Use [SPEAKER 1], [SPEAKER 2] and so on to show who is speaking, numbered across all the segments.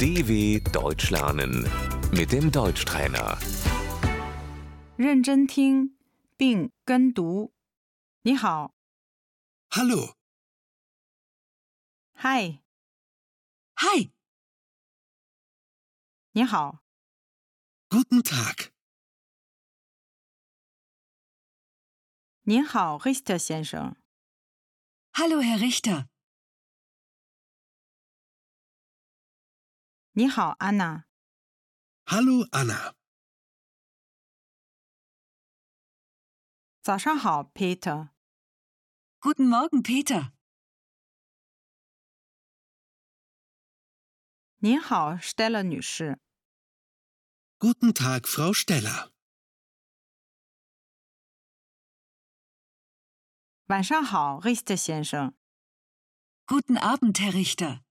[SPEAKER 1] DW Deutsch lernen mit dem Deutschtrainer.
[SPEAKER 2] 认真听并跟读。你好
[SPEAKER 3] Hallo,
[SPEAKER 2] ，Hi，
[SPEAKER 4] Hi,
[SPEAKER 2] 你好，
[SPEAKER 3] guten Tag.
[SPEAKER 2] 您好，Richter 先生，
[SPEAKER 4] hallo Herr Richter.
[SPEAKER 2] 你好，安娜，
[SPEAKER 3] Hallo, Anna.
[SPEAKER 2] 早上好，Peter，
[SPEAKER 4] Guten Morgen, Peter.
[SPEAKER 2] 您好，Stella 女士，
[SPEAKER 3] Guten Tag, Frau Steller.
[SPEAKER 2] 晚上好，Richter 先生，
[SPEAKER 4] Guten Abend, Herr Richter.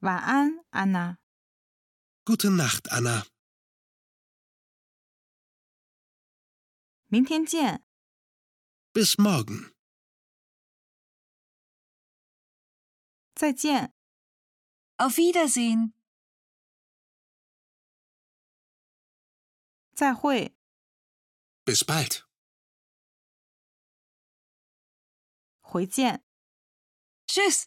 [SPEAKER 2] 晚安，安娜，
[SPEAKER 3] Gute Nacht, Anna.
[SPEAKER 2] 明天见。
[SPEAKER 3] Bis morgen.
[SPEAKER 2] 再见。
[SPEAKER 4] Auf Wiedersehen.
[SPEAKER 2] 再会。
[SPEAKER 3] Bis bald.
[SPEAKER 2] 回见。
[SPEAKER 4] Tschüss.